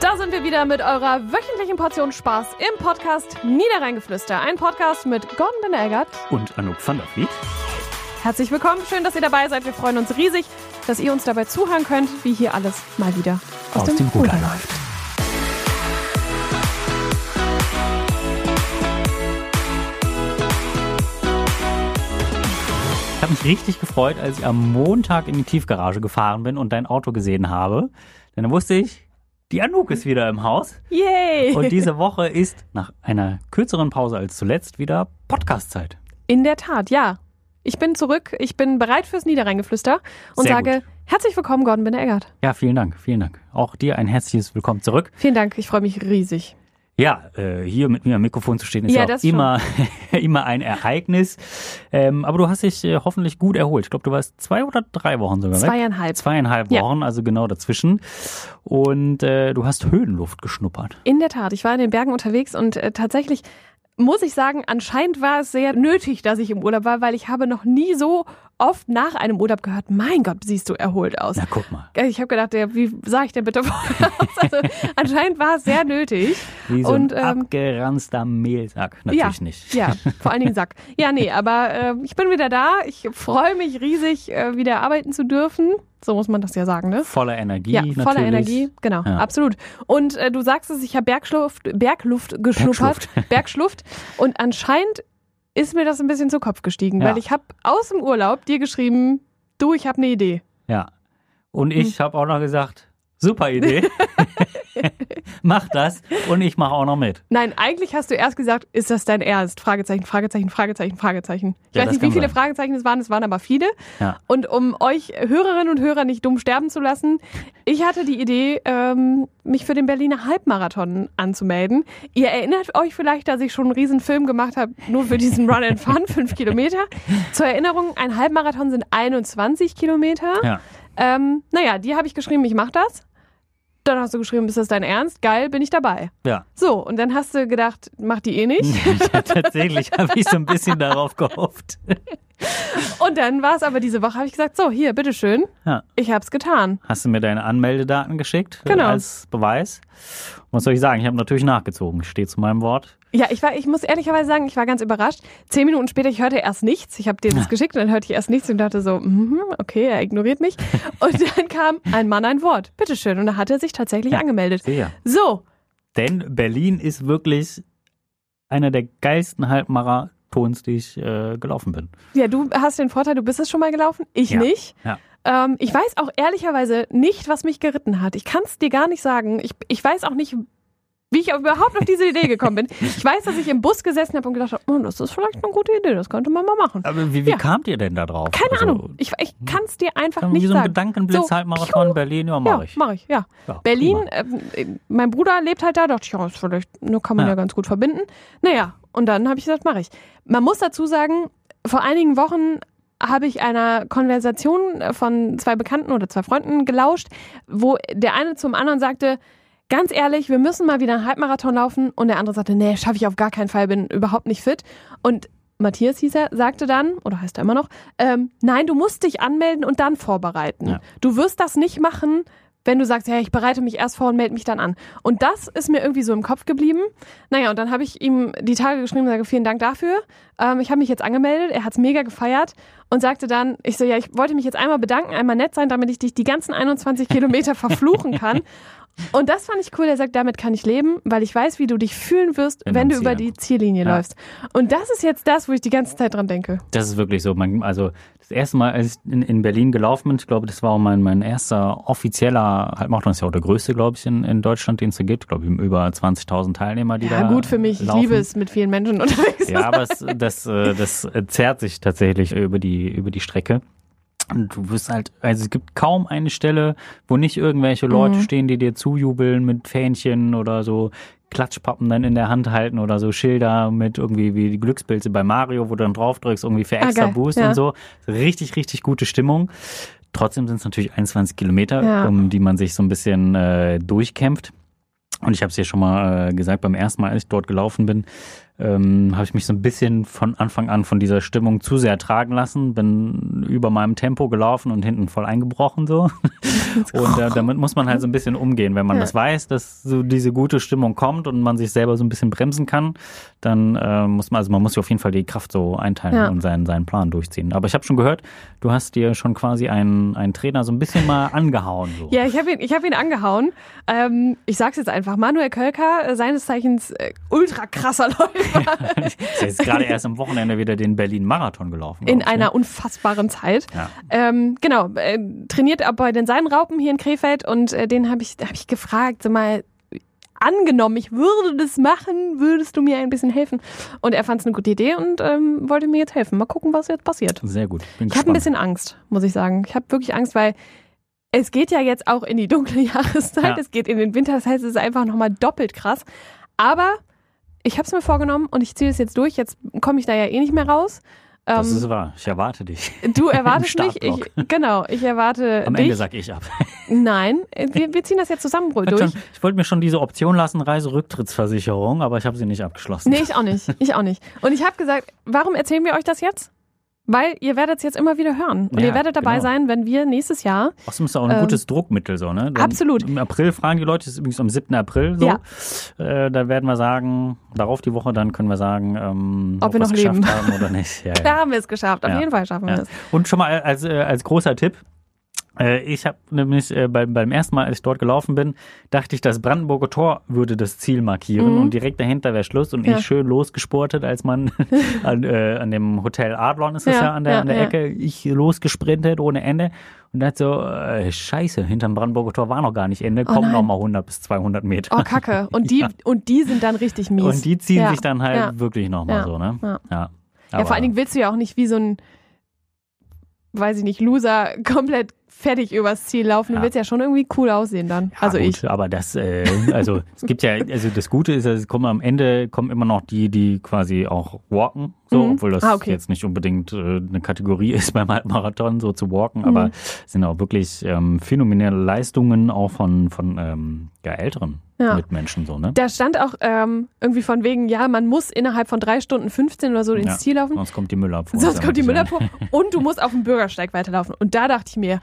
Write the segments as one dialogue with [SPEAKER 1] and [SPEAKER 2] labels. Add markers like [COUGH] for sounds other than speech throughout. [SPEAKER 1] Da sind wir wieder mit eurer wöchentlichen Portion Spaß im Podcast Niederrheingeflüster. Ein Podcast mit Gordon Benelgert.
[SPEAKER 2] Und Anouk van der Vliet.
[SPEAKER 1] Herzlich willkommen, schön, dass ihr dabei seid. Wir freuen uns riesig, dass ihr uns dabei zuhören könnt, wie hier alles mal wieder aus, dem, Ruder läuft.
[SPEAKER 2] Ich habe mich richtig gefreut, als ich am Montag in die Tiefgarage gefahren bin und dein Auto gesehen habe. Denn dann wusste ich, die Anouk ist wieder im Haus.
[SPEAKER 1] Yay! [LAUGHS]
[SPEAKER 2] Und diese Woche ist nach einer kürzeren Pause als zuletzt wieder Podcast-Zeit.
[SPEAKER 1] In der Tat, ja. Ich bin zurück, ich bin bereit fürs Niederrheingeflüster und
[SPEAKER 2] Sehr
[SPEAKER 1] sage herzlich willkommen, Gordon Benelgert.
[SPEAKER 2] Ja, vielen Dank, vielen Dank. Auch dir ein herzliches Willkommen zurück.
[SPEAKER 1] Vielen Dank, ich freue mich riesig.
[SPEAKER 2] Ja, äh, hier mit mir am Mikrofon zu stehen ist
[SPEAKER 1] Ja,
[SPEAKER 2] ja, auch
[SPEAKER 1] das schon.
[SPEAKER 2] immer, [LAUGHS] immer ein Ereignis. Ähm, aber du hast dich äh, hoffentlich gut erholt. Ich glaube, du warst zwei oder drei Wochen sogar weg.
[SPEAKER 1] Zweieinhalb.
[SPEAKER 2] Zweieinhalb
[SPEAKER 1] Ja.
[SPEAKER 2] Wochen, also genau dazwischen. Und äh, du hast Höhenluft geschnuppert.
[SPEAKER 1] In der Tat, ich war in den Bergen unterwegs und äh, tatsächlich muss ich sagen, anscheinend war es sehr nötig, dass ich im Urlaub war, weil ich habe noch nie so oft nach einem Urlaub gehört, mein Gott, siehst du erholt aus.
[SPEAKER 2] Na, guck mal.
[SPEAKER 1] Äh, Ich habe gedacht, ja, wie sah ich denn bitte vorher [LAUGHS] aus? Also anscheinend war es sehr nötig.
[SPEAKER 2] Wie so
[SPEAKER 1] Und,
[SPEAKER 2] ein
[SPEAKER 1] ähm,
[SPEAKER 2] abgeranzter Mehlsack. Natürlich
[SPEAKER 1] ja,
[SPEAKER 2] nicht. [LAUGHS]
[SPEAKER 1] Ja, vor allen Dingen Sack. Ja, nee, aber äh, ich bin wieder da. Ich freue mich riesig, äh, wieder arbeiten zu dürfen. So muss man das ja sagen, ne?
[SPEAKER 2] Voller Energie
[SPEAKER 1] Ja,
[SPEAKER 2] natürlich.
[SPEAKER 1] voller Energie, genau,
[SPEAKER 2] Ja.
[SPEAKER 1] absolut. Und äh, du sagst es, ich habe Bergschluft, Bergluft geschnuppert,
[SPEAKER 2] [LAUGHS]
[SPEAKER 1] Bergschluft. Und anscheinend ist mir das ein bisschen zu Kopf gestiegen,
[SPEAKER 2] Ja.
[SPEAKER 1] weil ich habe aus dem Urlaub dir geschrieben, du, ich habe eine Idee.
[SPEAKER 2] Ja. Und
[SPEAKER 1] Mhm.
[SPEAKER 2] ich habe auch noch gesagt,
[SPEAKER 1] [LAUGHS]
[SPEAKER 2] super Idee. [LAUGHS] mach das und ich mache auch noch mit.
[SPEAKER 1] Nein, eigentlich hast du erst gesagt, ist das dein Ernst? Fragezeichen, Fragezeichen, Fragezeichen, Fragezeichen. Ich
[SPEAKER 2] Ja,
[SPEAKER 1] weiß
[SPEAKER 2] das
[SPEAKER 1] nicht, wie
[SPEAKER 2] kann
[SPEAKER 1] viele
[SPEAKER 2] sein.
[SPEAKER 1] Fragezeichen es waren, es waren aber viele.
[SPEAKER 2] Ja.
[SPEAKER 1] Und um euch Hörerinnen und Hörer nicht dumm sterben zu lassen, ich hatte die Idee, ähm, mich für den Berliner Halbmarathon anzumelden. Ihr erinnert euch vielleicht, dass ich schon einen riesen Film gemacht habe, nur für diesen Run and Fun, [LAUGHS] fünf Kilometer. Zur Erinnerung, ein Halbmarathon sind 21 Kilometer.
[SPEAKER 2] Ja.
[SPEAKER 1] Ähm, naja, die habe ich geschrieben, ich mache das. Dann hast du geschrieben, ist das dein Ernst? Geil, bin ich dabei.
[SPEAKER 2] Ja.
[SPEAKER 1] So, und dann hast du gedacht, mach die eh
[SPEAKER 2] [LAUGHS]
[SPEAKER 1] nicht.
[SPEAKER 2] Tatsächlich habe ich so ein bisschen darauf gehofft.
[SPEAKER 1] Und dann war es aber diese Woche, habe ich gesagt, so, hier, bitteschön.
[SPEAKER 2] Ja.
[SPEAKER 1] Ich habe es getan.
[SPEAKER 2] Hast du mir deine Anmeldedaten geschickt äh,
[SPEAKER 1] Genau.
[SPEAKER 2] als Beweis? Was soll ich sagen? Ich habe natürlich nachgezogen. Ich stehe zu meinem Wort.
[SPEAKER 1] Ja, ich war, ich muss ehrlicherweise sagen, ich war ganz überrascht. Zehn Minuten später, ich hörte erst nichts. Ich habe dir das
[SPEAKER 2] Ah.
[SPEAKER 1] geschickt und dann hörte ich erst nichts und dachte so, mhm, okay, er ignoriert
[SPEAKER 2] [LAUGHS]
[SPEAKER 1] mich. Und dann kam ein Mann ein Wort. Bitteschön. Und da hat er sich tatsächlich
[SPEAKER 2] Ja.
[SPEAKER 1] angemeldet.
[SPEAKER 2] Sehr.
[SPEAKER 1] So,
[SPEAKER 2] Denn Berlin ist wirklich einer der geilsten Halbmarathons, die ich äh, gelaufen bin.
[SPEAKER 1] ja, du hast den Vorteil, du bist es schon mal gelaufen, ich
[SPEAKER 2] Ja.
[SPEAKER 1] nicht.
[SPEAKER 2] Ja.
[SPEAKER 1] Ähm, ich weiß auch ehrlicherweise nicht, was mich geritten hat. Ich kann es dir gar nicht sagen. Ich, ich weiß auch nicht, wie ich überhaupt auf diese Idee gekommen bin. Ich weiß, dass ich im Bus gesessen habe und gedacht habe, oh, das ist vielleicht eine gute Idee, das könnte man mal machen.
[SPEAKER 2] Aber wie, wie
[SPEAKER 1] Ja.
[SPEAKER 2] kamt ihr denn da drauf?
[SPEAKER 1] Keine
[SPEAKER 2] Also,
[SPEAKER 1] Ahnung. Ich, ich kann es dir einfach
[SPEAKER 2] Dann
[SPEAKER 1] nicht
[SPEAKER 2] wie so ein
[SPEAKER 1] sagen.
[SPEAKER 2] Gedankenblitz,
[SPEAKER 1] So,
[SPEAKER 2] Halbmarathon, Berlin, ja, mach
[SPEAKER 1] ja,
[SPEAKER 2] ich.
[SPEAKER 1] mach ich, ja.
[SPEAKER 2] Ja,
[SPEAKER 1] Berlin,
[SPEAKER 2] prima.
[SPEAKER 1] ähm, mein Bruder lebt halt da, dachte ich, ja, ist vielleicht, nur kann man ja.
[SPEAKER 2] Ja.
[SPEAKER 1] ganz gut verbinden. Naja, und dann habe ich gesagt, mache ich. Man muss dazu sagen, vor einigen Wochen habe ich einer Konversation äh, von zwei Bekannten oder zwei Freunden gelauscht, wo der eine zum anderen sagte, ganz ehrlich, wir müssen mal wieder einen Halbmarathon laufen und der andere sagte, nee, schaffe ich auf gar keinen Fall, bin überhaupt nicht fit. Und Matthias hieß er, sagte dann, oder heißt er immer noch, ähm, nein, du musst dich anmelden und dann vorbereiten.
[SPEAKER 2] Ja.
[SPEAKER 1] Du wirst das nicht machen, wenn du sagst, ja, ich bereite mich erst vor und melde mich dann an. Und das ist mir irgendwie so im Kopf geblieben. Naja, und dann habe ich ihm die Tage geschrieben und sage, vielen Dank dafür. Ähm, ich habe mich jetzt angemeldet, er hat es mega gefeiert und sagte dann, ich so, ja, ich wollte mich jetzt einmal bedanken, einmal nett sein, damit ich dich die ganzen 21 Kilometer [LAUGHS] verfluchen kann. Und das fand ich cool. Er sagt, damit kann ich leben, weil ich weiß, wie du dich fühlen wirst, wenn,
[SPEAKER 2] Wenn
[SPEAKER 1] du
[SPEAKER 2] ans
[SPEAKER 1] über
[SPEAKER 2] Ziel
[SPEAKER 1] die Ziellinie
[SPEAKER 2] Ja.
[SPEAKER 1] läufst. Und das ist jetzt das, wo ich die ganze Zeit dran denke.
[SPEAKER 2] Das ist wirklich so. Man, also das erste Mal, als ich in, in Berlin gelaufen bin, ich glaube, das war auch mein, mein erster offizieller Halbmarathon. Das ist ja auch der größte, glaube ich, in, in Deutschland, den es da gibt. Ich glaube, über 20.000 Teilnehmer, die
[SPEAKER 1] Ja,
[SPEAKER 2] da
[SPEAKER 1] gut für mich.
[SPEAKER 2] Laufen.
[SPEAKER 1] Ich liebe es, mit vielen Menschen [LAUGHS] unterwegs zu
[SPEAKER 2] Ja, aber es, das, äh, das äh, zerrt sich tatsächlich über die, über die Strecke. Und du wirst halt, also es gibt kaum eine Stelle, wo nicht irgendwelche Leute
[SPEAKER 1] Mhm.
[SPEAKER 2] stehen, die dir zujubeln mit Fähnchen oder so Klatschpappen dann in der Hand halten oder so Schilder mit irgendwie wie die Glückspilze bei Mario, wo du dann draufdrückst, irgendwie für extra
[SPEAKER 1] geil,
[SPEAKER 2] Boost
[SPEAKER 1] ja.
[SPEAKER 2] und so. Richtig, richtig gute Stimmung. Trotzdem sind es natürlich 21 Kilometer,
[SPEAKER 1] Ja.
[SPEAKER 2] um die man sich so ein bisschen äh, durchkämpft. Und ich habe es ja schon mal äh, gesagt, beim ersten Mal, als ich dort gelaufen bin, ähm, habe ich mich so ein bisschen von Anfang an von dieser Stimmung zu sehr tragen lassen, bin über meinem Tempo gelaufen und hinten voll
[SPEAKER 1] [LAUGHS]
[SPEAKER 2] eingebrochen so. Und äh, damit muss man halt so ein bisschen umgehen. Wenn man
[SPEAKER 1] Ja.
[SPEAKER 2] das weiß, dass so diese gute Stimmung kommt und man sich selber so ein bisschen bremsen kann, dann äh, muss man, also man muss sich auf jeden Fall die Kraft so einteilen
[SPEAKER 1] Ja.
[SPEAKER 2] und seinen, seinen Plan durchziehen. Aber ich habe schon gehört, du hast dir schon quasi einen, einen Trainer so ein bisschen mal
[SPEAKER 1] [LAUGHS]
[SPEAKER 2] angehauen. So.
[SPEAKER 1] Ja, ich habe ihn, ich hab ihn angehauen. Ähm, ich sag's jetzt einfach. Manuel Kölker, äh, seines Zeichens äh, ultra krasser [LAUGHS] Läufer
[SPEAKER 2] [LAUGHS] Ist jetzt gerade erst am Wochenende wieder den Berlin-Marathon gelaufen.
[SPEAKER 1] in
[SPEAKER 2] glaub ich,
[SPEAKER 1] einer unfassbaren Zeit.
[SPEAKER 2] ne? Ja.
[SPEAKER 1] Ähm, genau, äh, trainiert aber bei den Seidenraupen hier in Krefeld und äh, den habe ich, hab ich gefragt, so mal angenommen, ich würde das machen, würdest du mir ein bisschen helfen? Und er fand es eine gute Idee und ähm, wollte mir jetzt helfen. Mal gucken, was jetzt passiert.
[SPEAKER 2] ne? Sehr gut. Bin
[SPEAKER 1] Ich habe ein
[SPEAKER 2] gespannt.
[SPEAKER 1] bisschen Angst, muss ich sagen. Ich habe wirklich Angst, weil es geht ja jetzt auch in die dunkle [LAUGHS] Jahreszeit,
[SPEAKER 2] Ja.
[SPEAKER 1] es geht in den Winter, das heißt, es ist einfach nochmal doppelt krass. Aber ich habe es mir vorgenommen und ich ziehe es jetzt durch. Jetzt komme ich da ja eh nicht mehr raus.
[SPEAKER 2] Das
[SPEAKER 1] Ähm,
[SPEAKER 2] ist wahr. Ich erwarte dich. [LAUGHS]
[SPEAKER 1] du erwartest
[SPEAKER 2] im
[SPEAKER 1] mich. Ich, genau, ich erwarte
[SPEAKER 2] [LAUGHS] Am
[SPEAKER 1] dich.
[SPEAKER 2] Ende sag ich ab.
[SPEAKER 1] Nein, äh, wir, wir ziehen das jetzt zusammen wohl durch.
[SPEAKER 2] [LAUGHS] Ich wollte mir schon diese Option lassen, Reiserücktrittsversicherung, aber ich habe sie nicht abgeschlossen.
[SPEAKER 1] Nee, ich auch nicht. Ich auch nicht. Und ich habe gesagt, warum erzählen wir euch das jetzt? Weil ihr werdet es jetzt immer wieder hören. Und
[SPEAKER 2] Ja,
[SPEAKER 1] ihr werdet dabei
[SPEAKER 2] genau.
[SPEAKER 1] sein, wenn wir nächstes Jahr
[SPEAKER 2] Außerdem ist es auch ein
[SPEAKER 1] Ähm,
[SPEAKER 2] gutes Druckmittel, so, ne? Dann
[SPEAKER 1] absolut.
[SPEAKER 2] Im April fragen die Leute, das ist übrigens am 7. April so.
[SPEAKER 1] Ja.
[SPEAKER 2] Äh, dann werden wir sagen, darauf die Woche, dann können wir sagen, ähm,
[SPEAKER 1] Ob wir noch
[SPEAKER 2] wir's geschafft
[SPEAKER 1] leben.
[SPEAKER 2] haben oder nicht. Ja,
[SPEAKER 1] Klar haben wir es geschafft. Auf
[SPEAKER 2] Ja.
[SPEAKER 1] jeden Fall schaffen wir
[SPEAKER 2] Ja.
[SPEAKER 1] es.
[SPEAKER 2] Und schon mal als, äh, als großer Tipp. äh, Ich habe nämlich äh, beim, beim ersten Mal, als ich dort gelaufen bin, dachte ich, das Brandenburger Tor würde das Ziel markieren und direkt dahinter wäre Schluss und
[SPEAKER 1] Mhm. Ja.
[SPEAKER 2] ich schön losgespurtet, als
[SPEAKER 1] [LAUGHS]
[SPEAKER 2] man an, äh, an dem Hotel Adlon ist das
[SPEAKER 1] Ja,
[SPEAKER 2] ja, an der,
[SPEAKER 1] ja,
[SPEAKER 2] an der
[SPEAKER 1] ja.
[SPEAKER 2] Ecke, ich losgesprintet ohne Ende und dachte so, äh, scheiße, hinterm Brandenburger Tor war noch gar nicht Ende, kommen
[SPEAKER 1] Oh nein.
[SPEAKER 2] noch mal 100 bis 200 Meter.
[SPEAKER 1] Oh,
[SPEAKER 2] [LAUGHS]
[SPEAKER 1] Kacke. Und die, und die sind dann richtig mies.
[SPEAKER 2] Und die ziehen
[SPEAKER 1] Ja,
[SPEAKER 2] sich dann halt
[SPEAKER 1] Ja.
[SPEAKER 2] wirklich noch mal
[SPEAKER 1] Ja,
[SPEAKER 2] so, ne?
[SPEAKER 1] ja.
[SPEAKER 2] ja.
[SPEAKER 1] Ja, vor allen Dingen willst du ja auch nicht wie so ein, weiß ich nicht, Loser komplett fertig übers Ziel laufen. Du
[SPEAKER 2] Ja.
[SPEAKER 1] willst ja schon irgendwie cool aussehen dann.
[SPEAKER 2] Ja,
[SPEAKER 1] also
[SPEAKER 2] gut,
[SPEAKER 1] ich.
[SPEAKER 2] Aber das, äh, also es gibt ja, also das Gute ist, es kommen am Ende kommen immer noch die, die quasi auch walken, so,
[SPEAKER 1] Mhm.
[SPEAKER 2] obwohl das
[SPEAKER 1] Ah, okay.
[SPEAKER 2] jetzt nicht unbedingt äh, eine Kategorie [LAUGHS] ist beim Halbmarathon, so zu walken,
[SPEAKER 1] Mhm.
[SPEAKER 2] aber es sind auch wirklich ähm, phänomenale Leistungen auch von, von ähm, ja, älteren
[SPEAKER 1] Ja.
[SPEAKER 2] Mitmenschen so, ne?
[SPEAKER 1] Da stand auch ähm, irgendwie von wegen, ja, man muss innerhalb von drei Stunden 15 oder so ins
[SPEAKER 2] Ja. Oh,
[SPEAKER 1] Ziel laufen.
[SPEAKER 2] Sonst kommt die Müllabfuhr.
[SPEAKER 1] [LAUGHS] Sonst kommt die
[SPEAKER 2] Müller
[SPEAKER 1] Müllabfuhr und du musst auf dem Bürgersteig weiterlaufen. Und da dachte ich mir,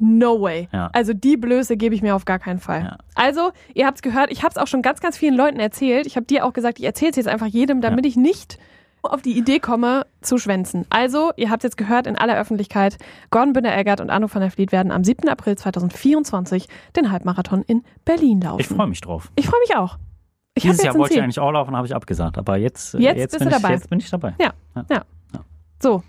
[SPEAKER 1] no way.
[SPEAKER 2] Ja.
[SPEAKER 1] Also die Blöße gebe ich mir auf gar keinen Fall.
[SPEAKER 2] Ja.
[SPEAKER 1] Also, ihr habt es gehört, ich habe es auch schon ganz, ganz vielen Leuten erzählt. Ich habe dir auch gesagt, ich erzähle es jetzt einfach jedem, damit ich nicht auf die Idee komme, zu schwänzen. Also, ihr habt jetzt gehört in aller Öffentlichkeit, Gordon Bünder-Eggert und Arno van der Vliet werden am 7. April 2024 den Halbmarathon in Berlin laufen.
[SPEAKER 2] Ich freue mich drauf.
[SPEAKER 1] Ich freu mich auch. Ich habe
[SPEAKER 2] Dieses
[SPEAKER 1] jetzt
[SPEAKER 2] Jahr
[SPEAKER 1] ein
[SPEAKER 2] wollte ich
[SPEAKER 1] Ziel.
[SPEAKER 2] eigentlich auch laufen, habe ich abgesagt, aber jetzt, äh,
[SPEAKER 1] Jetzt
[SPEAKER 2] jetzt,
[SPEAKER 1] bist
[SPEAKER 2] bin,
[SPEAKER 1] du
[SPEAKER 2] ich,
[SPEAKER 1] dabei.
[SPEAKER 2] jetzt bin ich dabei.
[SPEAKER 1] Ja. So.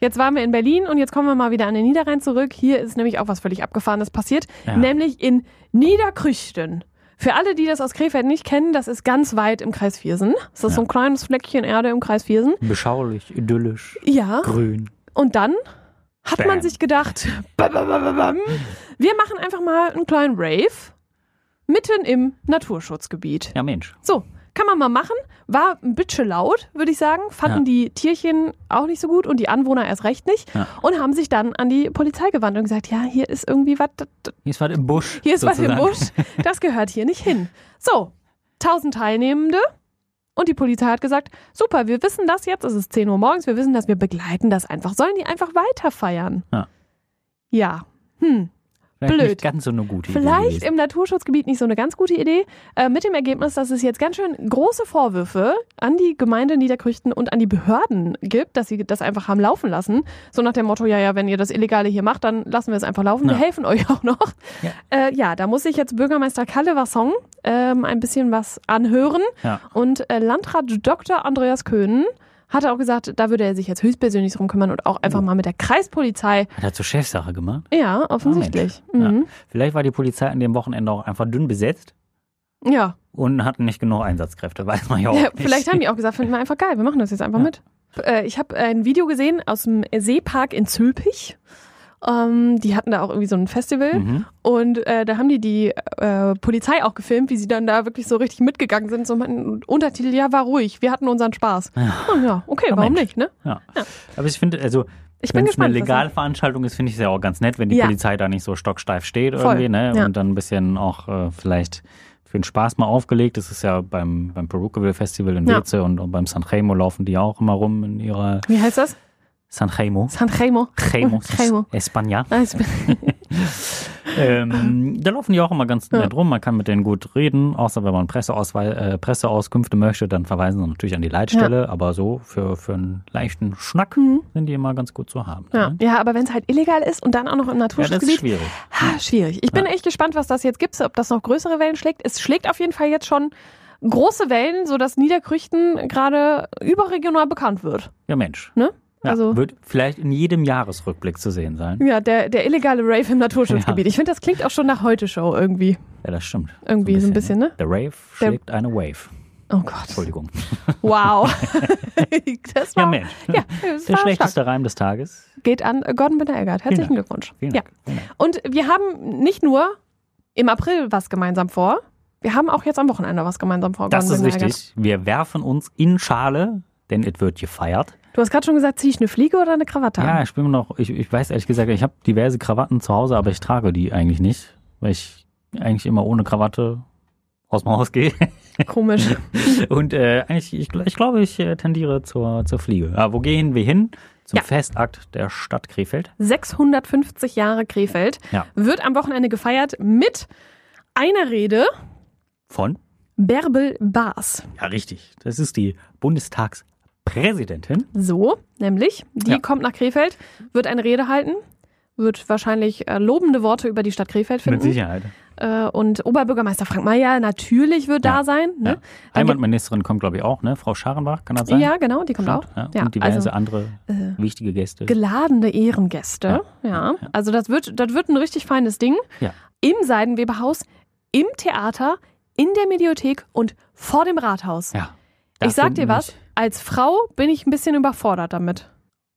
[SPEAKER 1] Jetzt waren wir in Berlin und jetzt kommen wir mal wieder an den Niederrhein zurück. Hier ist nämlich auch was völlig Abgefahrenes passiert,
[SPEAKER 2] Ja.
[SPEAKER 1] nämlich in Niederkrüchten. Für alle, die das aus Krefeld nicht kennen, das ist ganz weit im Kreis Viersen. Das ist so ein kleines Fleckchen Erde im Kreis Viersen.
[SPEAKER 2] Beschaulich, idyllisch,
[SPEAKER 1] Ja,
[SPEAKER 2] grün.
[SPEAKER 1] und dann hat
[SPEAKER 2] Bam.
[SPEAKER 1] man sich gedacht, [LAUGHS] bam, bam, bam, bam, bam, wir machen einfach mal einen kleinen Rave mitten im Naturschutzgebiet.
[SPEAKER 2] Ja, Mensch.
[SPEAKER 1] So, kann man mal machen. War ein bisschen laut, würde ich sagen. Fanden
[SPEAKER 2] Ja.
[SPEAKER 1] die Tierchen auch nicht so gut und die Anwohner erst recht nicht.
[SPEAKER 2] Ja.
[SPEAKER 1] Und haben sich dann an die Polizei gewandt und gesagt, ja, hier ist irgendwie was, das- das-
[SPEAKER 2] Hier ist was im Busch.
[SPEAKER 1] hier ist was im
[SPEAKER 2] sozusagen.
[SPEAKER 1] Busch, das gehört hier nicht hin. So, 1000 Teilnehmende. Und die Polizei hat gesagt, super, wir wissen das jetzt, es ist 10 Uhr morgens, wir wissen das, wir begleiten das einfach. Sollen die einfach weiter feiern?
[SPEAKER 2] Ja.
[SPEAKER 1] Ja. Hm.
[SPEAKER 2] Vielleicht
[SPEAKER 1] Blöd.
[SPEAKER 2] Nicht ganz so eine gute Idee.
[SPEAKER 1] Vielleicht
[SPEAKER 2] gewesen.
[SPEAKER 1] im Naturschutzgebiet nicht so eine ganz gute Idee. Äh, mit dem Ergebnis, dass es jetzt ganz schön große Vorwürfe an die Gemeinde Niederkrüchten und an die Behörden gibt, dass sie das einfach haben laufen lassen. So nach dem Motto, ja, ja, wenn ihr das Illegale hier macht, dann lassen wir es einfach laufen. Wir
[SPEAKER 2] Ja.
[SPEAKER 1] helfen euch [LAUGHS] auch noch.
[SPEAKER 2] Ja.
[SPEAKER 1] Äh, ja, da muss sich jetzt Bürgermeister Kalle Wasson ähm, ein bisschen was anhören.
[SPEAKER 2] Ja.
[SPEAKER 1] Und äh, Landrat Dr. Andreas Köhnen hat auch gesagt, da würde er sich jetzt höchstpersönlich drum kümmern und auch einfach
[SPEAKER 2] Oh.
[SPEAKER 1] mal mit der Kreispolizei.
[SPEAKER 2] Hat er zur Chefsache gemacht?
[SPEAKER 1] Ja, offensichtlich.
[SPEAKER 2] Ah, Mensch.
[SPEAKER 1] mhm.
[SPEAKER 2] Ja. Vielleicht war die Polizei an dem Wochenende auch einfach dünn besetzt
[SPEAKER 1] Mhm. ja.
[SPEAKER 2] und hatten nicht genug Einsatzkräfte, weiß man ja auch.
[SPEAKER 1] Ja,
[SPEAKER 2] nicht.
[SPEAKER 1] vielleicht haben die auch gesagt, finden wir einfach geil, wir machen das jetzt einfach
[SPEAKER 2] Ja.
[SPEAKER 1] mit. Äh, Ich habe ein Video gesehen aus dem Seepark in Zülpich. Ähm, die hatten da auch irgendwie so ein Festival
[SPEAKER 2] Mhm.
[SPEAKER 1] und äh, da haben die die äh, Polizei auch gefilmt, wie sie dann da wirklich so richtig mitgegangen sind. So meinten, Untertitel, ja, war ruhig, wir hatten unseren Spaß. Oh, ja, okay,
[SPEAKER 2] Ja,
[SPEAKER 1] warum nicht,
[SPEAKER 2] Mensch.
[SPEAKER 1] ne?
[SPEAKER 2] Ja. Aber ich finde, also,
[SPEAKER 1] Ich bin
[SPEAKER 2] wenn es
[SPEAKER 1] gespannt.
[SPEAKER 2] eine
[SPEAKER 1] was
[SPEAKER 2] legale Veranstaltung ist, finde ich es ja auch ganz nett, wenn die
[SPEAKER 1] Ja.
[SPEAKER 2] Polizei da nicht so stocksteif steht
[SPEAKER 1] Voll.
[SPEAKER 2] irgendwie, ne?
[SPEAKER 1] Ja.
[SPEAKER 2] Und dann ein bisschen auch äh, vielleicht für den Spaß mal aufgelegt. Das ist ja beim, beim Perukaville Festival in
[SPEAKER 1] Ja.
[SPEAKER 2] Weze und, und beim Sanremo laufen die auch immer rum in ihrer
[SPEAKER 1] Wie heißt das?
[SPEAKER 2] Sanremo.
[SPEAKER 1] Sanremo.
[SPEAKER 2] Sanremo.
[SPEAKER 1] Sanremo.
[SPEAKER 2] España.
[SPEAKER 1] Ah, ich bin-
[SPEAKER 2] Ähm, da laufen die auch immer ganz nett rum. Man kann mit denen gut reden, außer wenn man Presseauswahl, äh, Presseauskünfte möchte, dann verweisen sie natürlich an die Leitstelle. Aber so für, für einen leichten Schnack sind die immer ganz gut zu haben.
[SPEAKER 1] Mhm. Ja,
[SPEAKER 2] ne?
[SPEAKER 1] ja aber wenn es halt illegal ist und dann auch noch im
[SPEAKER 2] ja das ist
[SPEAKER 1] Naturschutzgebiet,
[SPEAKER 2] schwierig.
[SPEAKER 1] Ah, schwierig. Ich bin echt gespannt, was das jetzt gibt, ob das noch größere Wellen schlägt. Es schlägt auf jeden Fall jetzt schon große Wellen, sodass Niederkrüchten gerade überregional bekannt wird.
[SPEAKER 2] Ja, Mensch.
[SPEAKER 1] Ne?
[SPEAKER 2] Ja,
[SPEAKER 1] Also- Mhm.
[SPEAKER 2] wird vielleicht in jedem Jahresrückblick zu sehen sein.
[SPEAKER 1] Ja, der, der illegale Rave im Naturschutzgebiet. Ich finde, das klingt auch schon nach Heute-Show irgendwie.
[SPEAKER 2] Ja, das stimmt.
[SPEAKER 1] Irgendwie so ein bisschen, ne?
[SPEAKER 2] Der Rave
[SPEAKER 1] Der-
[SPEAKER 2] schlägt eine Wave.
[SPEAKER 1] Oh Gott.
[SPEAKER 2] Entschuldigung. [LAUGHS]
[SPEAKER 1] Wow. [LAUGHS] das war,
[SPEAKER 2] Ja, Mensch.
[SPEAKER 1] Ja, das
[SPEAKER 2] Der
[SPEAKER 1] war stark.
[SPEAKER 2] schlechteste Reim des Tages.
[SPEAKER 1] Geht an Gordon Binner-Eggert. Herzlichen
[SPEAKER 2] Vielen
[SPEAKER 1] Glückwunsch.
[SPEAKER 2] Vielen
[SPEAKER 1] ja.
[SPEAKER 2] Dank. Vielen Dank.
[SPEAKER 1] Und wir haben nicht nur im April was gemeinsam vor, wir haben auch jetzt am Wochenende was gemeinsam vor.
[SPEAKER 2] Das
[SPEAKER 1] Gordon
[SPEAKER 2] ist
[SPEAKER 1] Binner-Eggert.
[SPEAKER 2] wichtig. Wir werfen uns in Schale, denn es wird gefeiert.
[SPEAKER 1] Du hast gerade schon gesagt, ziehe ich eine Fliege oder eine Krawatte an?
[SPEAKER 2] Ja, ich bin noch, ich, ich weiß ehrlich gesagt, ich habe diverse Krawatten zu Hause, aber ich trage die eigentlich nicht, weil ich eigentlich immer ohne Krawatte aus dem Haus [LAUGHS] gehe.
[SPEAKER 1] [LAUGHS]
[SPEAKER 2] [LAUGHS]
[SPEAKER 1] Komisch.
[SPEAKER 2] Und äh, eigentlich, ich, gl- ich glaube, ich äh, tendiere zur, zur Fliege. Aber wo gehen wir hin? Zum
[SPEAKER 1] Ja.
[SPEAKER 2] Festakt der Stadt Krefeld.
[SPEAKER 1] 650 Jahre Krefeld
[SPEAKER 2] Ja.
[SPEAKER 1] wird am Wochenende gefeiert mit einer Rede
[SPEAKER 2] Von?
[SPEAKER 1] Bärbel Baas.
[SPEAKER 2] Ja, richtig. Das ist die Bundestagspräsidentin.
[SPEAKER 1] So, nämlich, die
[SPEAKER 2] Ja.
[SPEAKER 1] kommt nach Krefeld, wird eine Rede halten, wird wahrscheinlich äh, lobende Worte über die Stadt Krefeld
[SPEAKER 2] Mit
[SPEAKER 1] finden.
[SPEAKER 2] Sicherheit.
[SPEAKER 1] Äh, und Oberbürgermeister Frank Mayer natürlich wird
[SPEAKER 2] Ja.
[SPEAKER 1] da sein. Ne?
[SPEAKER 2] Ja. Heimatministerin kommt, glaube ich, auch, ne? Frau Scharenbach, kann das
[SPEAKER 1] Ja.
[SPEAKER 2] sein?
[SPEAKER 1] genau, die kommt auch.
[SPEAKER 2] Ja, und
[SPEAKER 1] Ja,
[SPEAKER 2] diverse
[SPEAKER 1] also
[SPEAKER 2] andere wichtige Gäste.
[SPEAKER 1] geladene Ehrengäste. Ja, also das wird, das wird ein richtig feines Ding.
[SPEAKER 2] Ja.
[SPEAKER 1] im Seidenweberhaus, im Theater, in der Mediothek und vor dem Rathaus.
[SPEAKER 2] ja. Da
[SPEAKER 1] ich sag
[SPEAKER 2] finden
[SPEAKER 1] dir was,
[SPEAKER 2] mich-
[SPEAKER 1] als Frau bin ich ein bisschen überfordert damit,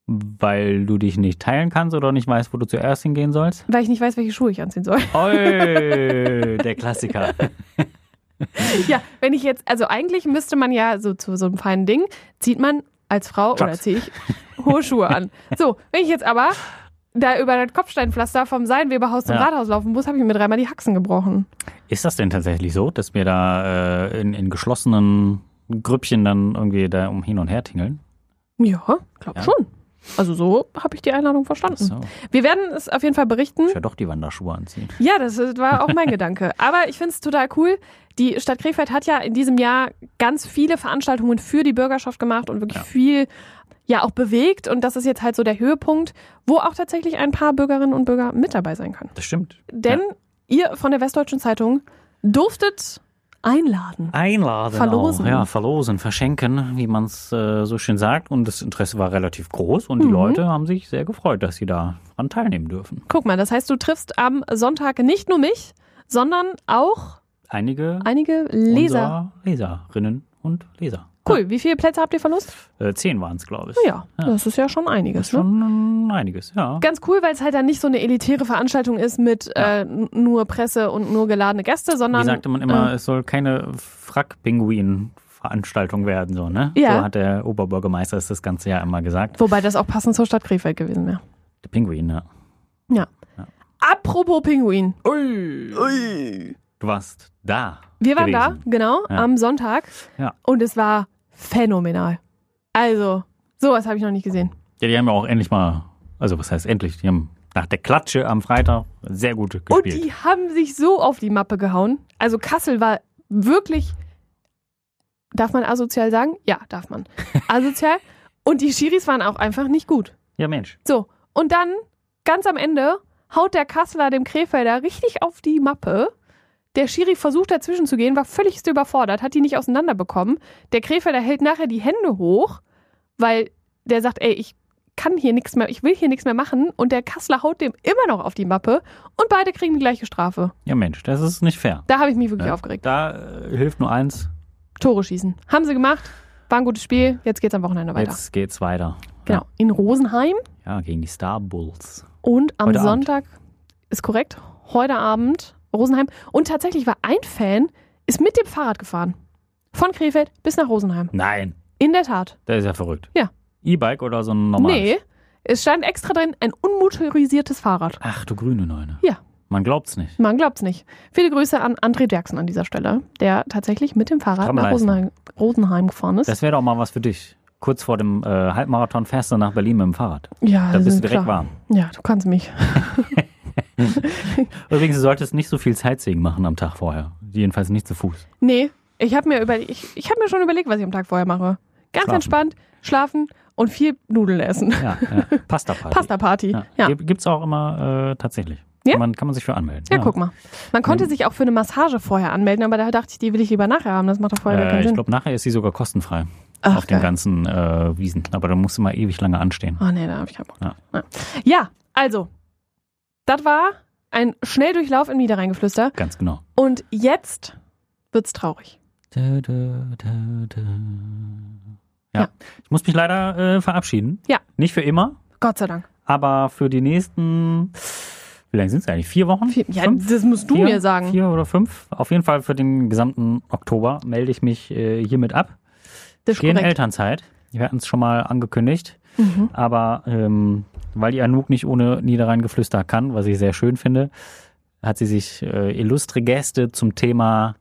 [SPEAKER 2] Weil du dich nicht teilen kannst oder nicht weißt, wo du zuerst hingehen sollst?
[SPEAKER 1] weil ich nicht weiß, welche Schuhe ich anziehen soll.
[SPEAKER 2] [LAUGHS]
[SPEAKER 1] [LAUGHS]
[SPEAKER 2] Oi, der Klassiker.
[SPEAKER 1] ja, wenn ich jetzt, also eigentlich müsste man ja so zu so einem feinen Ding, zieht man als Frau
[SPEAKER 2] Chucks.
[SPEAKER 1] oder ziehe ich hohe Schuhe
[SPEAKER 2] [LAUGHS]
[SPEAKER 1] an. So, wenn ich jetzt aber da über das Kopfsteinpflaster vom Seidenweberhaus zum
[SPEAKER 2] Ja.
[SPEAKER 1] Rathaus laufen muss, habe ich mir dreimal die Haxen gebrochen.
[SPEAKER 2] Ist das denn tatsächlich so, dass wir da äh, in, in geschlossenen Grüppchen dann irgendwie da um hin und her tingeln?
[SPEAKER 1] Ja, glaub
[SPEAKER 2] Ja.
[SPEAKER 1] schon. Also so habe ich die Einladung verstanden.
[SPEAKER 2] So,
[SPEAKER 1] Wir werden es auf jeden Fall berichten.
[SPEAKER 2] ich ja doch die Wanderschuhe anziehen.
[SPEAKER 1] Ja, das ist- war auch mein Gedanke. Aber ich finde es total cool. Die Stadt Krefeld hat ja in diesem Jahr ganz viele Veranstaltungen für die Bürgerschaft gemacht und wirklich
[SPEAKER 2] Ja.
[SPEAKER 1] viel ja auch bewegt. Und das ist jetzt halt so der Höhepunkt, wo auch tatsächlich ein paar Bürgerinnen und Bürger mit dabei sein können.
[SPEAKER 2] Das stimmt.
[SPEAKER 1] Denn ihr von der Westdeutschen Zeitung durftet einladen.
[SPEAKER 2] Einladen.
[SPEAKER 1] Verlosen.
[SPEAKER 2] Auch. Ja, verlosen, verschenken, wie man es äh, so schön sagt. Und das Interesse war relativ groß und die
[SPEAKER 1] Mhm.
[SPEAKER 2] Leute haben sich sehr gefreut, dass sie daran teilnehmen dürfen.
[SPEAKER 1] Guck mal, das heißt, du triffst am Sonntag nicht nur mich, sondern auch
[SPEAKER 2] Einige
[SPEAKER 1] einige Leser.
[SPEAKER 2] unserer Leserinnen und Leser.
[SPEAKER 1] Cool, wie viele Plätze habt ihr verlost?
[SPEAKER 2] Äh, zehn waren es, glaube ich.
[SPEAKER 1] Ja, das ist ja schon einiges.
[SPEAKER 2] Ist
[SPEAKER 1] ne?
[SPEAKER 2] schon einiges, ja.
[SPEAKER 1] Ganz cool, weil es halt dann nicht so eine elitäre Veranstaltung ist mit äh, n- nur Presse und nur geladene Gäste, sondern.
[SPEAKER 2] Wie sagte man immer,
[SPEAKER 1] ähm,
[SPEAKER 2] es soll keine Frack-Pinguin-Veranstaltung werden, so, ne?
[SPEAKER 1] Ja.
[SPEAKER 2] So hat der Oberbürgermeister es das ganze Jahr immer gesagt.
[SPEAKER 1] Wobei das auch passend zur Stadt Krefeld gewesen wäre.
[SPEAKER 2] Der Pinguin, ja.
[SPEAKER 1] Ja.
[SPEAKER 2] Ja.
[SPEAKER 1] Apropos Pinguin.
[SPEAKER 2] Ui. Du warst da.
[SPEAKER 1] Wir waren
[SPEAKER 2] gewesen.
[SPEAKER 1] da, genau,
[SPEAKER 2] Ja.
[SPEAKER 1] am Sonntag.
[SPEAKER 2] Ja.
[SPEAKER 1] Und es war phänomenal. Also, sowas habe ich noch nicht gesehen.
[SPEAKER 2] Ja, die haben ja auch endlich mal, also was heißt endlich, die haben nach der Klatsche am Freitag sehr gut
[SPEAKER 1] Und
[SPEAKER 2] Oh, gespielt.
[SPEAKER 1] die haben sich so auf die Mappe gehauen. Also Kassel war wirklich. Darf man asozial sagen? Ja, darf
[SPEAKER 2] [LAUGHS]
[SPEAKER 1] man. Asozial. Und die Schiris waren auch einfach nicht gut.
[SPEAKER 2] ja, Mensch.
[SPEAKER 1] So, und dann ganz am Ende haut der Kasseler dem Krefelder richtig auf die Mappe. Der Schiri versucht dazwischen zu gehen, war völligst überfordert, hat die nicht auseinanderbekommen. Der Krefelder hält nachher die Hände hoch, weil der sagt, ey, ich kann hier nichts mehr, ich will hier nichts mehr machen. Und der Kasseler haut dem immer noch auf die Mappe und beide kriegen die gleiche Strafe.
[SPEAKER 2] Ja, Mensch, das ist nicht fair.
[SPEAKER 1] Da habe ich mich wirklich
[SPEAKER 2] Ja.
[SPEAKER 1] aufgeregt.
[SPEAKER 2] Da äh, hilft nur eins,
[SPEAKER 1] Tore schießen. Haben sie gemacht, war ein gutes Spiel, jetzt geht's am Wochenende weiter.
[SPEAKER 2] jetzt geht's weiter.
[SPEAKER 1] Genau. In Rosenheim
[SPEAKER 2] Ja, gegen die Star Bulls.
[SPEAKER 1] Und am
[SPEAKER 2] Heute Abend.
[SPEAKER 1] Sonntag ist korrekt, heute Abend Rosenheim. Und tatsächlich war ein Fan, ist mit dem Fahrrad gefahren. Von Krefeld bis nach Rosenheim.
[SPEAKER 2] Nein,
[SPEAKER 1] In der Tat.
[SPEAKER 2] der ist ja verrückt.
[SPEAKER 1] Ja.
[SPEAKER 2] E-Bike oder so ein normales?
[SPEAKER 1] Nee, es stand extra drin, ein unmotorisiertes Fahrrad.
[SPEAKER 2] Ach du grüne Neune.
[SPEAKER 1] Ja.
[SPEAKER 2] Man glaubt's nicht.
[SPEAKER 1] Man glaubt's nicht. Viele Grüße an André Derksen an dieser Stelle, der tatsächlich mit dem Fahrrad nach
[SPEAKER 2] Dranbleiben.
[SPEAKER 1] Rosenheim, Rosenheim gefahren ist.
[SPEAKER 2] Das wäre doch mal was für dich. Kurz vor dem äh, Halbmarathon fährst du nach Berlin mit dem Fahrrad.
[SPEAKER 1] ja,
[SPEAKER 2] Da bist du
[SPEAKER 1] sind
[SPEAKER 2] direkt
[SPEAKER 1] Also klar.
[SPEAKER 2] warm.
[SPEAKER 1] Ja, du kannst mich.
[SPEAKER 2] Übrigens, du solltest nicht so viel Sightseeing machen am Tag vorher. Jedenfalls nicht zu Fuß.
[SPEAKER 1] Nee, ich habe mir, über, ich, ich hab mir schon überlegt, was ich am Tag vorher mache. Ganz
[SPEAKER 2] Schlafen.
[SPEAKER 1] entspannt, schlafen und viel Nudeln essen.
[SPEAKER 2] Ja, ja. Pasta-Party.
[SPEAKER 1] Pasta-Party.
[SPEAKER 2] Ja.
[SPEAKER 1] Ja.
[SPEAKER 2] Gibt- Gibt's auch immer äh, tatsächlich.
[SPEAKER 1] Ja?
[SPEAKER 2] Kann, man, kann man sich für anmelden. genau.
[SPEAKER 1] Ja, guck mal. Man konnte sich auch für eine Massage vorher anmelden, aber da dachte ich, die will ich lieber nachher haben. Das macht doch vorher gar
[SPEAKER 2] Äh,
[SPEAKER 1] keinen
[SPEAKER 2] ich
[SPEAKER 1] Sinn.
[SPEAKER 2] glaube, nachher ist sie sogar kostenfrei
[SPEAKER 1] Ach,
[SPEAKER 2] auf den
[SPEAKER 1] geil.
[SPEAKER 2] ganzen äh, Wiesen. Aber da musst du mal ewig lange anstehen.
[SPEAKER 1] Oh nee, da habe ich keinen Bock.
[SPEAKER 2] Ja.
[SPEAKER 1] Ja. ja, also, das war ein Schnelldurchlauf in Niederrheingeflüster.
[SPEAKER 2] Ganz genau.
[SPEAKER 1] Und jetzt wird's traurig.
[SPEAKER 2] Da, da, da, da. Ja.
[SPEAKER 1] Ja.
[SPEAKER 2] ich muss mich leider äh, verabschieden.
[SPEAKER 1] Ja.
[SPEAKER 2] Nicht für immer,
[SPEAKER 1] Gott sei Dank.
[SPEAKER 2] aber für die nächsten, wie lange sind es eigentlich? Vier Wochen?
[SPEAKER 1] Viel- Ja,
[SPEAKER 2] Fünf?
[SPEAKER 1] das musst du
[SPEAKER 2] vier,
[SPEAKER 1] mir sagen.
[SPEAKER 2] Vier oder fünf. Auf jeden Fall für den gesamten Oktober melde ich mich äh, hiermit ab.
[SPEAKER 1] Das ist
[SPEAKER 2] Gehen
[SPEAKER 1] korrekt.
[SPEAKER 2] Elternzeit. Wir hatten es schon mal angekündigt.
[SPEAKER 1] Mhm.
[SPEAKER 2] Aber ähm, weil die Anouk nicht ohne Niederrhein-Geflüster kann, was ich sehr schön finde, hat sie sich äh, illustre Gäste zum Thema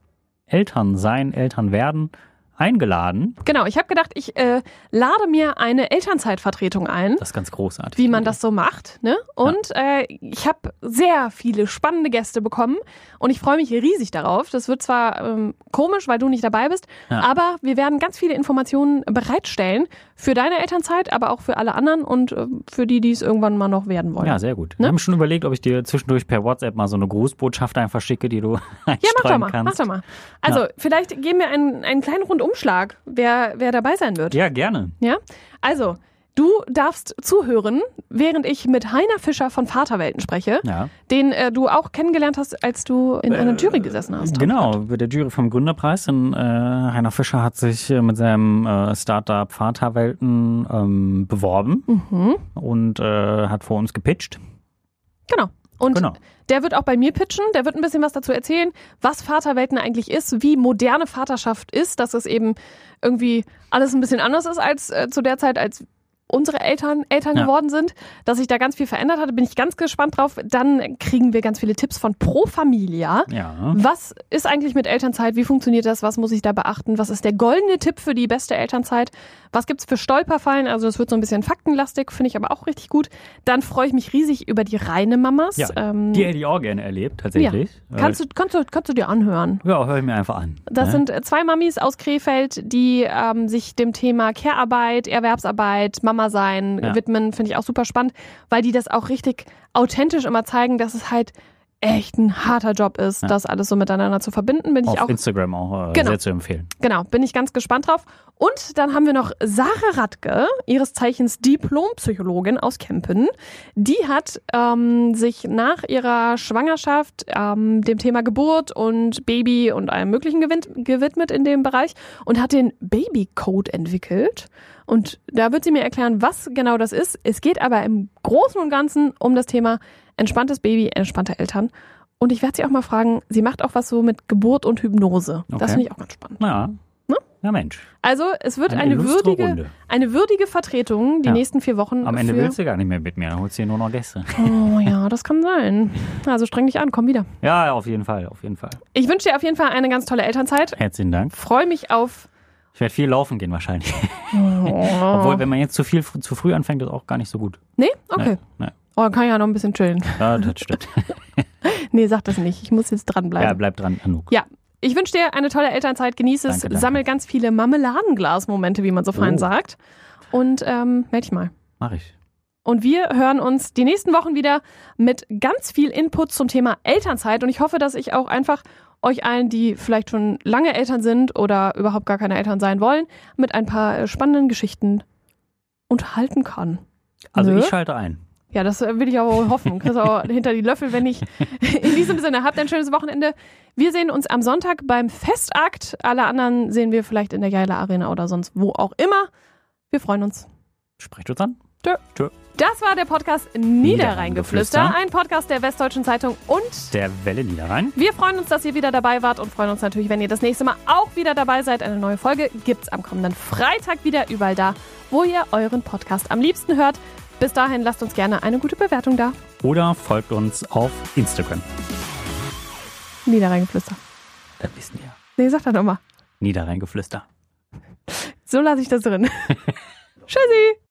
[SPEAKER 2] Eltern sein, Eltern werden eingeladen.
[SPEAKER 1] Genau, ich habe gedacht, ich äh, lade mir eine Elternzeitvertretung ein.
[SPEAKER 2] Das ist ganz großartig.
[SPEAKER 1] wie man das so macht. Ne? Und äh, ich habe sehr viele spannende Gäste bekommen und ich freue mich riesig darauf. Das wird zwar ähm, komisch, weil du nicht dabei bist,
[SPEAKER 2] Ja.
[SPEAKER 1] aber wir werden ganz viele Informationen bereitstellen für deine Elternzeit, aber auch für alle anderen und äh, für die, die es irgendwann mal noch werden wollen.
[SPEAKER 2] Ja, sehr gut.
[SPEAKER 1] Ne?
[SPEAKER 2] Wir haben schon überlegt, ob ich dir zwischendurch per WhatsApp mal so eine Grußbotschaft einfach schicke, die du [LAUGHS] einstreuen
[SPEAKER 1] Ja, mach doch mal,
[SPEAKER 2] kannst.
[SPEAKER 1] mach doch mal. Also, vielleicht geben wir einen, einen kleinen Rundumschlag, wer, wer dabei sein wird.
[SPEAKER 2] Ja, gerne.
[SPEAKER 1] Ja? Also, du darfst zuhören, während ich mit Heiner Fischer von Vaterwelten spreche.
[SPEAKER 2] Ja.
[SPEAKER 1] den äh, du auch kennengelernt hast, als du in einer Jury gesessen hast.
[SPEAKER 2] Äh, Genau, bei der Jury vom Gründerpreis. Und, äh, Heiner Fischer hat sich äh, mit seinem äh, Startup Vaterwelten ähm, beworben
[SPEAKER 1] Mhm.
[SPEAKER 2] und äh, hat vor uns gepitcht.
[SPEAKER 1] Genau. Und
[SPEAKER 2] Genau.
[SPEAKER 1] der wird auch bei mir pitchen, der wird ein bisschen was dazu erzählen, was Vaterwelten eigentlich ist, wie moderne Vaterschaft ist, dass es eben irgendwie alles ein bisschen anders ist als äh, zu der Zeit, als unsere Eltern Eltern
[SPEAKER 2] Ja.
[SPEAKER 1] geworden sind, dass sich da ganz viel verändert hat, bin ich ganz gespannt drauf. Dann kriegen wir ganz viele Tipps von Pro Familia.
[SPEAKER 2] Ja.
[SPEAKER 1] Was ist eigentlich mit Elternzeit? Wie funktioniert das? Was muss ich da beachten? Was ist der goldene Tipp für die beste Elternzeit? Was gibt's für Stolperfallen? Also es wird so ein bisschen faktenlastig, finde ich aber auch richtig gut. Dann freue ich mich riesig über die reine Mamas.
[SPEAKER 2] Ja,
[SPEAKER 1] Ähm,
[SPEAKER 2] Die hätte ich auch gerne erlebt, tatsächlich.
[SPEAKER 1] kannst, du, kannst, du, kannst du dir anhören.
[SPEAKER 2] Äh, ja, höre ich mir einfach an.
[SPEAKER 1] Das
[SPEAKER 2] ne?
[SPEAKER 1] sind äh, zwei Mamis aus Krefeld, die ähm, sich dem Thema Care-Arbeit, Erwerbsarbeit, Mama sein
[SPEAKER 2] Ja.
[SPEAKER 1] widmen. Finde ich auch super spannend, weil die das auch richtig authentisch immer zeigen, dass es halt echt ein harter Job ist,
[SPEAKER 2] Ja.
[SPEAKER 1] das alles so miteinander zu verbinden. Bin ich
[SPEAKER 2] auf
[SPEAKER 1] auch
[SPEAKER 2] Instagram auch äh,
[SPEAKER 1] Genau.
[SPEAKER 2] sehr zu empfehlen.
[SPEAKER 1] Genau, bin ich ganz gespannt drauf. Und dann haben wir noch Sarah Radke, ihres Zeichens Diplompsychologin aus Kempen. Die hat ähm, sich nach ihrer Schwangerschaft ähm, dem Thema Geburt und Baby und allem Möglichen gewinnt, gewidmet in dem Bereich und hat den Babycode entwickelt. Und da wird sie mir erklären, was genau das ist. Es geht aber im Großen und Ganzen um das Thema entspanntes Baby, entspannte Eltern. Und ich werde sie auch mal fragen, sie macht auch was so mit Geburt und Hypnose.
[SPEAKER 2] Okay.
[SPEAKER 1] Das finde ich auch ganz spannend.
[SPEAKER 2] Ja.
[SPEAKER 1] Ne?
[SPEAKER 2] Ja, Mensch.
[SPEAKER 1] Also es wird
[SPEAKER 2] Eine
[SPEAKER 1] eine,
[SPEAKER 2] illustre
[SPEAKER 1] würdige,
[SPEAKER 2] Runde.
[SPEAKER 1] eine würdige Vertretung die
[SPEAKER 2] Ja.
[SPEAKER 1] nächsten vier Wochen.
[SPEAKER 2] Am Ende
[SPEAKER 1] für,
[SPEAKER 2] willst du gar nicht mehr mit mir, dann holst du dir nur noch Gäste.
[SPEAKER 1] [LAUGHS] Oh ja, das kann sein. Also streng dich an, komm wieder.
[SPEAKER 2] Ja, auf jeden Fall, auf jeden Fall.
[SPEAKER 1] Ich wünsche dir auf jeden Fall eine ganz tolle Elternzeit.
[SPEAKER 2] Herzlichen Dank.
[SPEAKER 1] Freue mich auf.
[SPEAKER 2] Ich werde viel laufen gehen wahrscheinlich. [LAUGHS] Obwohl,
[SPEAKER 1] Oh.
[SPEAKER 2] wenn man jetzt zu viel fr- zu früh anfängt, ist auch gar nicht so gut.
[SPEAKER 1] Nee? Okay.
[SPEAKER 2] Nee, nee.
[SPEAKER 1] Oh, dann kann ich ja noch ein bisschen chillen. [LAUGHS]
[SPEAKER 2] Ja, das stimmt.
[SPEAKER 1] Nee, sag das nicht. Ich muss jetzt
[SPEAKER 2] ja,
[SPEAKER 1] dranbleiben.
[SPEAKER 2] bleib dran, Anouk.
[SPEAKER 1] Ja. Ich wünsche dir eine tolle Elternzeit, genieße es,
[SPEAKER 2] Danke, danke.
[SPEAKER 1] sammel ganz viele Marmeladenglas-Momente, wie man so fein
[SPEAKER 2] Oh.
[SPEAKER 1] sagt. Und ähm, melde dich mal.
[SPEAKER 2] Mach ich.
[SPEAKER 1] Und wir hören uns die nächsten Wochen wieder mit ganz viel Input zum Thema Elternzeit. Und ich hoffe, dass ich auch einfach euch allen, die vielleicht schon lange Eltern sind oder überhaupt gar keine Eltern sein wollen, mit ein paar äh, spannenden Geschichten unterhalten kann.
[SPEAKER 2] Also
[SPEAKER 1] Nö.
[SPEAKER 2] ich schalte ein.
[SPEAKER 1] Ja, das äh, will ich auch hoffen. Chris
[SPEAKER 2] [LAUGHS]
[SPEAKER 1] auch hinter die Löffel, wenn ich. In diesem Sinne, habt ein schönes Wochenende. Wir sehen uns am Sonntag beim Festakt. Alle anderen sehen wir vielleicht in der Geiler Arena oder sonst wo auch immer. Wir freuen uns.
[SPEAKER 2] Sprecht uns an.
[SPEAKER 1] Das war der Podcast
[SPEAKER 2] Niederrheingeflüster.
[SPEAKER 1] Niederrheingeflüster, ein Podcast der Westdeutschen Zeitung und
[SPEAKER 2] Der Welle Niederrhein.
[SPEAKER 1] wir freuen uns, dass ihr wieder dabei wart und freuen uns natürlich, wenn ihr das nächste Mal auch wieder dabei seid. Eine neue Folge gibt's am kommenden Freitag wieder überall da, wo ihr euren Podcast am liebsten hört. Bis dahin lasst uns gerne eine gute Bewertung da.
[SPEAKER 2] Oder folgt uns auf Instagram.
[SPEAKER 1] Niederreingeflüster.
[SPEAKER 2] Da wissen wir.
[SPEAKER 1] Nee, sag doch nochmal.
[SPEAKER 2] Niederreingeflüster.
[SPEAKER 1] So lasse ich das drin. Tschüssi!